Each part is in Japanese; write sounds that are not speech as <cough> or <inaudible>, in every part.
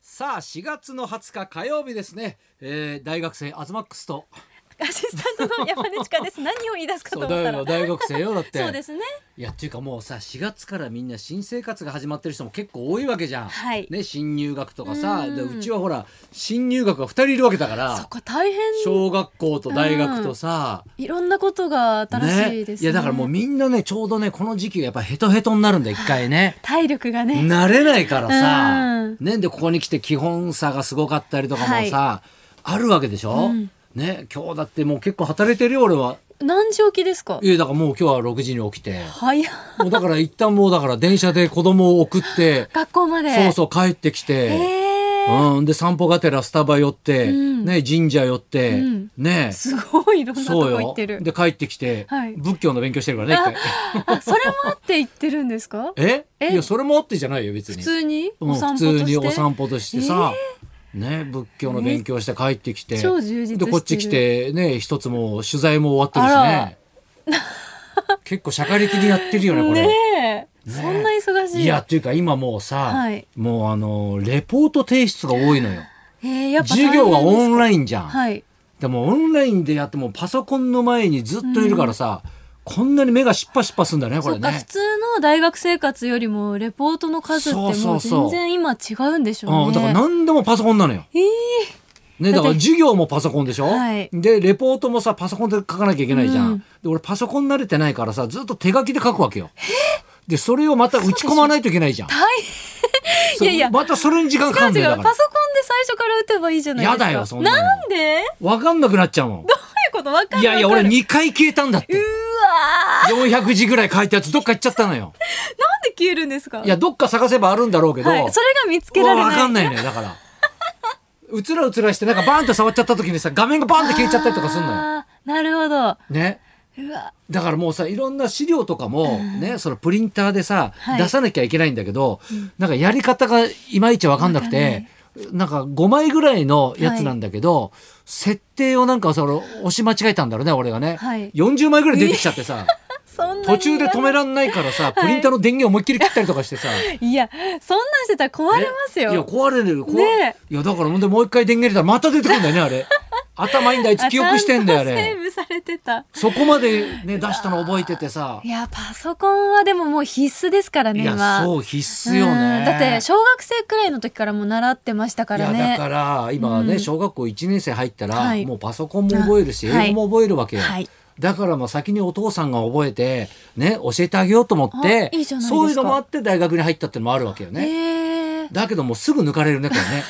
さあ4月の20日火曜日ですね、えー、大学生アズマックスとアシスタントの山根千佳 <laughs> です。何を言い出すかと思ったら。そうだよ大学生よだってそうですね。いやっていうかもうさ4月からみんな新生活が始まってる人も結構多いわけじゃん、はいね、新入学とかさうんでうちはほら新入学が2人いるわけだかそらこ大変。小学校と大学とさ、いろんなことが新しいですね。いやだからもうみんなねちょうどねこの時期がやっぱヘトヘトになるんだ一回ね。体力がね。 <laughs> 慣れないからさ、うんね、でここに来て基本差がすごかったりとかもさ、あるわけでしょ、うんね今日だってもう結構働いてるよ俺は何時起きですかい。やだからもう今日は6時に起きて早い。もうだから一旦もうだから電車で子供を送 <laughs> って学校まで。そうそう帰ってきて、ええ。うん、で散歩がてらスタバ寄って、うんね、神社寄って、うんねすごいいろんなとそこう行よってる。で帰ってきて、はい仏教の勉強してるからね一回あ、それもあって行ってるんですか。え <laughs> えいやそれもあってじゃないよ別に普通にうんお散普歩として。通にお散歩としてさ、ね、仏教の勉強して帰ってきて、ね超充実してるでこっち来てね一つもう取材も終わってるしね <laughs> 結構しゃかりきでやってるよねこれ。ねえ。そんな忙しい。いやっていうか今もうさ、はいもうあのレポート提出が多いのよええ、やっぱ大変授業はオンイラインじゃん、はい。でもオンラインでやってもパソコンの前にずっといるからさ、こんなに目がシッパシッパすんだねこそれっか普ね通の大学生活よりもレポートの数ってそうもそううそう全然今違うんでしょうね。うん、だから何でもパソコンなのよえーね、だかだっらて授業もパソコンでしょ、はいで、レポートもさ、パソコンで書かなきゃいけないじゃん。うんで、俺パソコン慣れてないからさ、ずっと手書きで書くわけよ。で、それをまた打ち込まないといけないじゃん。大 <laughs> そ変いやいやまたそれに時間か違かうんだ違よ。うだかパソコンで最初から打てばいいじゃないですか。やだよそんなのなんでどういうら。わかんなくなっちゃうもん。ことわかるいやいや、わか俺る2回消えたんだっうわて。400字ぐらい書いたやつどっか行っちゃったの <laughs> よ。ーなんで消えるんですかいや、どっか探せばあるんだろうけど、はい、それが見つけられわない。かんないのよ、だから。うつらうつらして、なんかバーンって触っちゃった時にさ、画面がバーンって消えちゃったりとかすんのよ。あーなるほど。ね。うわだからもうさいろんな資料とかも、ねそのプリンターでさ、はい出さなきゃいけないんだけど、なんかやり方がいまいち分かんなくてなんか5枚ぐらいのやつなんだけど、設定をなんかその押し間違えたんだろうね俺がね、はい40枚ぐらい出てきちゃってさそんなに途中で止めらんないからさプリンターの電源思いっきり切ったりとかしてさ。いやそんなんしてたら壊れますよ。いや壊れるよ壊ねいやだからほんでもう一回電源入れたらまた出てくるんだよねあれ頭いいんだあいつ記憶してんだよあちゃとセーれブされてた。そこまでね出したの覚えててさいやパソコンはでももう必須ですからねい今。やそう必須ようねんだって小学生くらいの時からもう習ってましたからいやねだから今はね、うん小学校1年生入ったら、はいもうパソコンも覚えるしあ英語も覚えるわけよ、はいだからまあ先にお父さんが覚えてね教えてあげようと思ってあいいじゃないですかそういうのもあって大学に入ったってのもあるわけよね、へえだけどもうすぐ抜かれるねこれね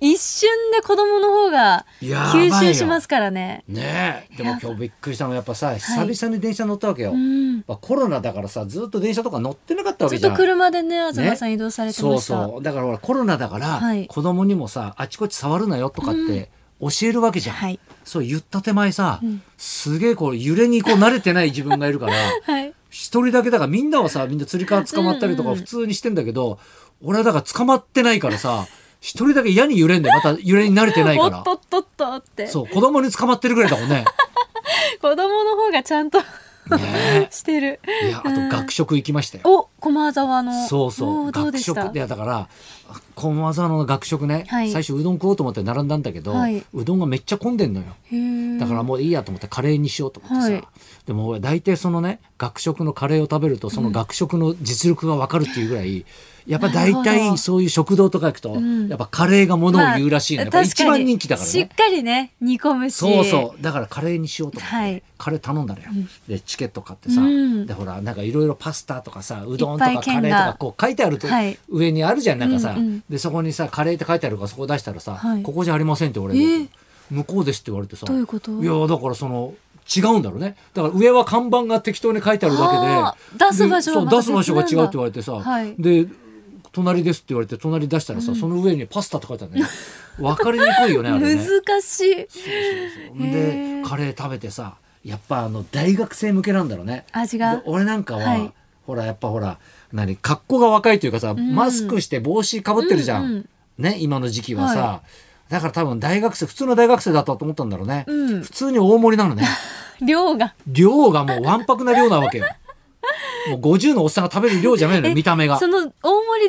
一瞬で子供の方がやばい吸よ収しますからねねえでも今日びっくりしたのはやっぱさ久々に電車乗ったわけよ、うんまあコロナだからさずっと電車とか乗ってなかったわずけっじゃとん車でねね東さん移動されてましたそうそうだからほらコロナだから、はい子供にもさあちこち触るなよとかって教えるわけじゃん、はいそう言った手前さ、んすげえこう揺れにこう慣れてない自分がいるから <laughs> はい一人だけだからみんなはさみんな釣り革捕まったりとうんかうん普通にしてんだけど、俺はだから捕まってないからさ一人だけ嫌に揺れんだよまた揺れに慣れてないおかっらとっとっとって子そう子供に捕まってるぐらいだも <laughs> んね。供の方がちゃんとね <laughs> してるえいやあと学食行きましたよ。お駒沢のそうおそうーどう学でし食たいやだから駒沢の学食ね、はい最初うどん食おうと思って並んだんだけど、はいうどんがめっちゃ混んでんのよだからもういいやと思ってカレーにしようと思ってさ、はいでも俺大体そのね学食のカレーを食べるとその学食の実力が分かるっていうぐらい、やっぱ大なるほど体そういう食堂とか行くと、んやっぱカレーがものを言うらしいの、ねやっぱ一番人気だからしっね。かりね煮込むしそうそうだからカレーにしようと思って、はいカレー頼んだのよ、でチケット買ってさ、うんでほらなんかいろいろパスタとかさうどんといっかぱい券カレーとがかこう書いてあると、はい上にあるじゃんなんかさ、うんうんでそこにさカレーって書いてあるからそこ出したらさ、はいここじゃありませんって俺、えー向こうですって言われてさどういうこといやだからその違うんだろうねだから上は看板が適当に書いてあるだけであー出す場所はでそまたう出す場所が違うって別なんだ言われてさ、はいで隣ですって言われて隣出したらさ、その上にパスタって書いてあるね分かりにくいよねあれね <laughs> 難しいへでーカレー食べてさやっぱあの大学生向けなんだろうね味がで俺なんかは、はいほらやっぱほら何格好が若いというかさ、んマスクして帽子かぶってるじゃん、うんうんね今の時期はさ、はだから多分大学生普通の大学生だったと思ったんだろうね、うん <laughs> 普通に大盛りなのね量が量がもうわんぱくな量なわけよもう50のおっさんが食べる量じゃないのよ、え見た目がそ。の大盛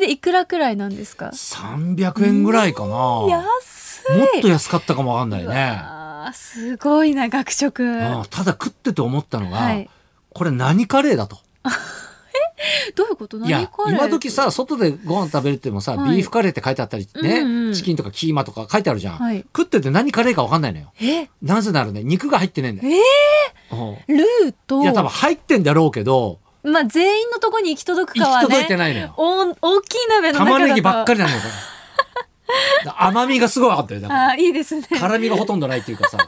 りでいくらくらいなんですか300円ぐらいかな。も安っと安かったかもわかんないね。わあすごいな学食ああただ食ってて思ったのが、はいこれ何カレーだと。どういうことい何やこれ今時さ外でご飯食べるってもさ、はいビーフカレーって書いてあったりね、うんうんチキンとかキーマとか書いてあるじゃん、はい食ってて何カレーか分かんないのよえなぜならね肉が入ってないんだよ、うんルーといや多分入ってんだろうけどまあ全員のとこに行き届く行かきはね届いてないのよお大きい鍋の中だと玉ねぎばっかりなのよ <laughs> これだから甘みがすごい分かったよだかあーいいですねら辛みがほとんどないっていうかさ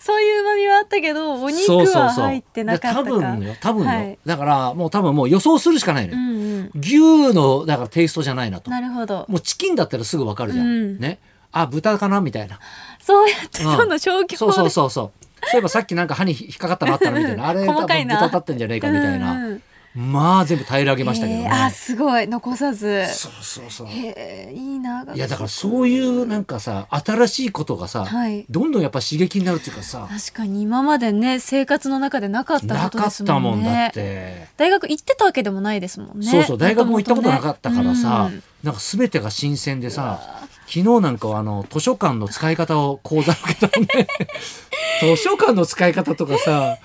そういう旨味はあったけどお肉そうそうはそう入ってなかったかいや多分よ多分よ、はいだからもう多分もう予想するしかないのうよ、んうん牛のだからテイストじゃないなとなるほどもうチキンだったらすぐ分かるじゃん、うんねあ豚かなみたいなそうやってうんその消去そうそううそうそう。そういえばさっきなんか歯に引っかかったのあったのみたい <laughs> な。あれ多細分かいな豚立ってんじゃねえかみたいな。んうんまあ全部平らげましたけどえねー。あすごい残さずそうそうそう。いへえいいなやだからそういうなんかさ、新しいことがさはい、どんどんやっぱ刺激になるっていうかさ、確かに今までね生活の中でなかったなことかでっすたももんんねだって。大学行ってたわけでもないですもんねそうそう、大学も行ったことなかったからうさん、なんか全てが新鮮でさ、昨日なんかはあの、図書館の使い方を講座受けたん <laughs> で、図書館の使い方とかさ、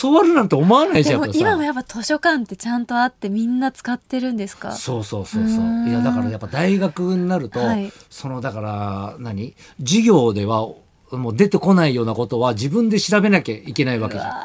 教わるなんて思わないじでゃん。もやっぱさ今もやっぱ図書館ってちゃんとあってみんな使ってるんですかそうそうそうそうう。んいやだからやっぱ大学になると、はいそのだから何授業ではもう出てこないようなことは自分で調べなきゃいけないわけじゃん。だか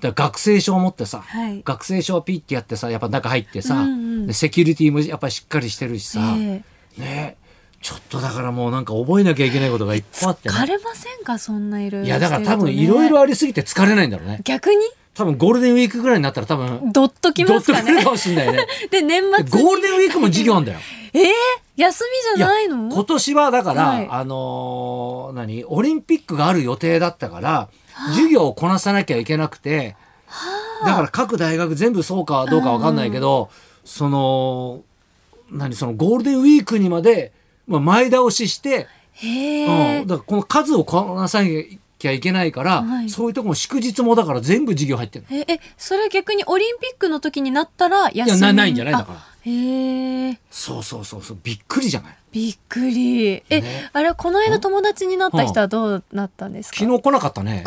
ら学生証を持ってさ、はい学生証をピッてやってさやっぱ中入ってさ、うんうんでセキュリティもやっぱりしっかりしてるしさ、えねちょっとだからもうなんか覚えなきゃいけないことがいっぱいあってえね、疲れませんかそんないろいろいやだから多分いろいろありすぎて疲れないんだろうね。逆に多分ゴールデンウィークぐらいになったら多 <laughs> 分どっときますかどっとくるねかもしんない <laughs> ね。で年で末にゴールデンウィークも授業あんだよ。ええ休みじゃないの今年はだから、はいあのー何オリンピックがある予定だったから授業をこなさなきゃいけなくてだから各大学全部そうかどうかわかんないけど、その何そのゴールデンウィークにまで、まあ、前倒しして、へうえん、だからこの数をこなさなきゃいけないから、はいそういうとこも祝日もだから全部授業入ってるええそれ逆にオリンピックの時になったら休みいやなないんじゃないだからあへえそうそうそうそうびっくりじゃないびっくりえ、ねあれこの間友達になった人はどうなったんですか昨日来なかったね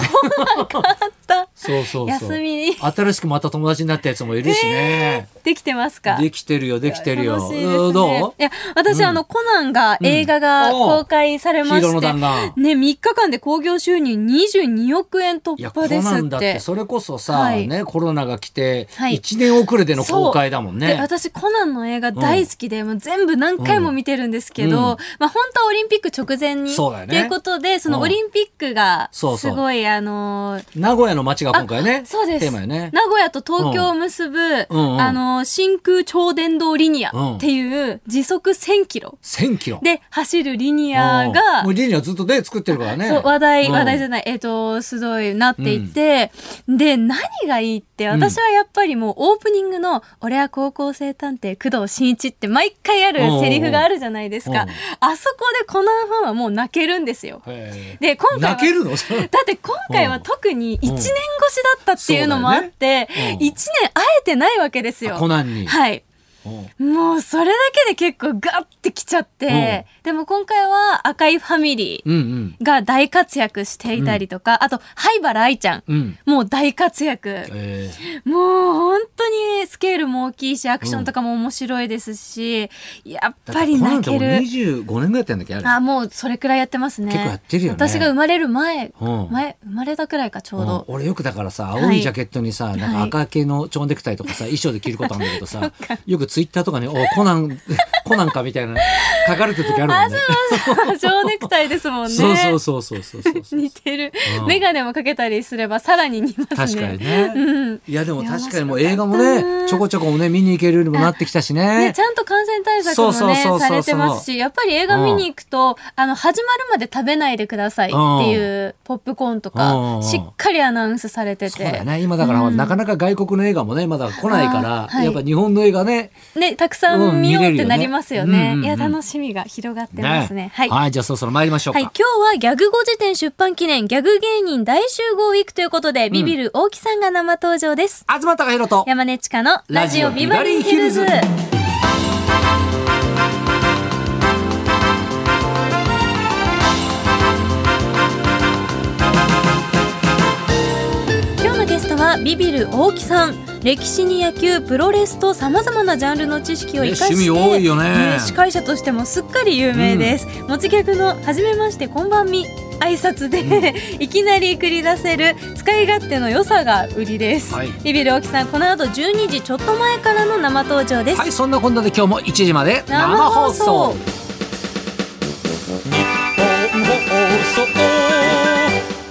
たそうそうそう休みに新しくまた友達になったやつもいるしね、できてますかできてるよできてるよ楽しいですねどういや私、うんあのコナンが映画がうんおう公開されヒまーローしのて、弾丸ね3日間で興行収入22億円突いやコ破ですナっンだっててそれこそさ、はいねコロナが来てはい1年遅れでの公開だもんでね、私コナンの映画大好きで、もう全部何回も見てるんですけど、うんうんまあ本当はオリンピック直前にそうだよねということでそのうんオリンピックがすそごうい、そうあのー名古屋の街が今回ねそうですテーマよね名古屋と東京を結ぶ、うんうんあのー真空超電導リニアっていう時速1000キロ1000キロで走るリニうアんが、もうリニアずっとで作ってるからねそう話題、うん話題じゃない、えっ、と、すごいなっていて、で、何がいいって、私はやっぱりもうオープニングの、俺は高校生探偵工藤新一って毎回あるセリフがあるじゃないでうすんうんかうん。あそこでコナンファンはもう泣けるんですよ。へえで、今回は。泣けるのだって今回は特に1年越しだったっていうのもあって、うんそうだよねうん1年会えてないわけですよ。 <laughs> コナンに、はい。うんもうそれだけで結構ガッてきちゃって、でも今回は赤いファミリー、うんうんが大活躍していたりとか、あと、灰原愛ちゃん。うんもう大活躍。えもう本当にスケールも大きいし、アクションとかも面白いですし、やっー、ぱり泣けだってる。コナンってもう25年ぐらいやってんだっけあれあ、もうそれくらいやってますね。結構やってるよね私が生まれる前、うん前、生まれたくらいかちょううんど。俺よくだからさい青いジャケットにさ、いなんか赤系の蝶ネクタイとかさ衣装で着ることあるんだけど <laughs> さそっかよくツイッターとかに「おコナン <laughs> コナンか」みたいな書かれてる時あるもんね。 <laughs> 蝶ネクタイですもんね。そうそうそうそうそうそうそう似てるうん。メガネもかけたりすればさらに似ま確すかね。にね、うん。いやでもいや確かにもう面映白画かもったなねちょこちょこもね見に行けるようにもなってきたしねね、ちゃんと感染対策そうもそうそうねそうそうされてますしやっぱり映画見に行くと、あの始まるまで食べないでくださいっていうポップコーンとうんうんうかんしっかりアナウンスされててそうだよね今だから、なかなか外国の映画もねまだ来ないから、あーはいやっぱ日本の映画ねねたくさん見ようってなりますようね,、ん見れるよねいやうんうんうん楽ししみが広がってますね。はい。はい、じゃあそろそろ参りましょうか。はい、今日はギャグ語辞典出版記念ギャグ芸人大集合ウィークということで、ビビる大木さんが生登場です。東貴博と。山根千佳のラジオビバリーヒルズ。今日のゲストはビビる大木さん歴史に野球プロレスとさまざまなジャンルの知識を生かして、ね趣味多いよね司会者としてもすっかり有名です、持ち客の「初めましてこんばんみ」挨拶で <laughs> いきなり繰り出せる使い勝手の良さが売りです、はいビビる大木さんこの後12時ちょっと前からの生登場です、はい、そんなこんなで今日も1時まで生生放放送送。放送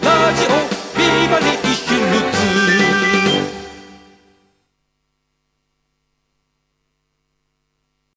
ラジオビバリーヒルズ」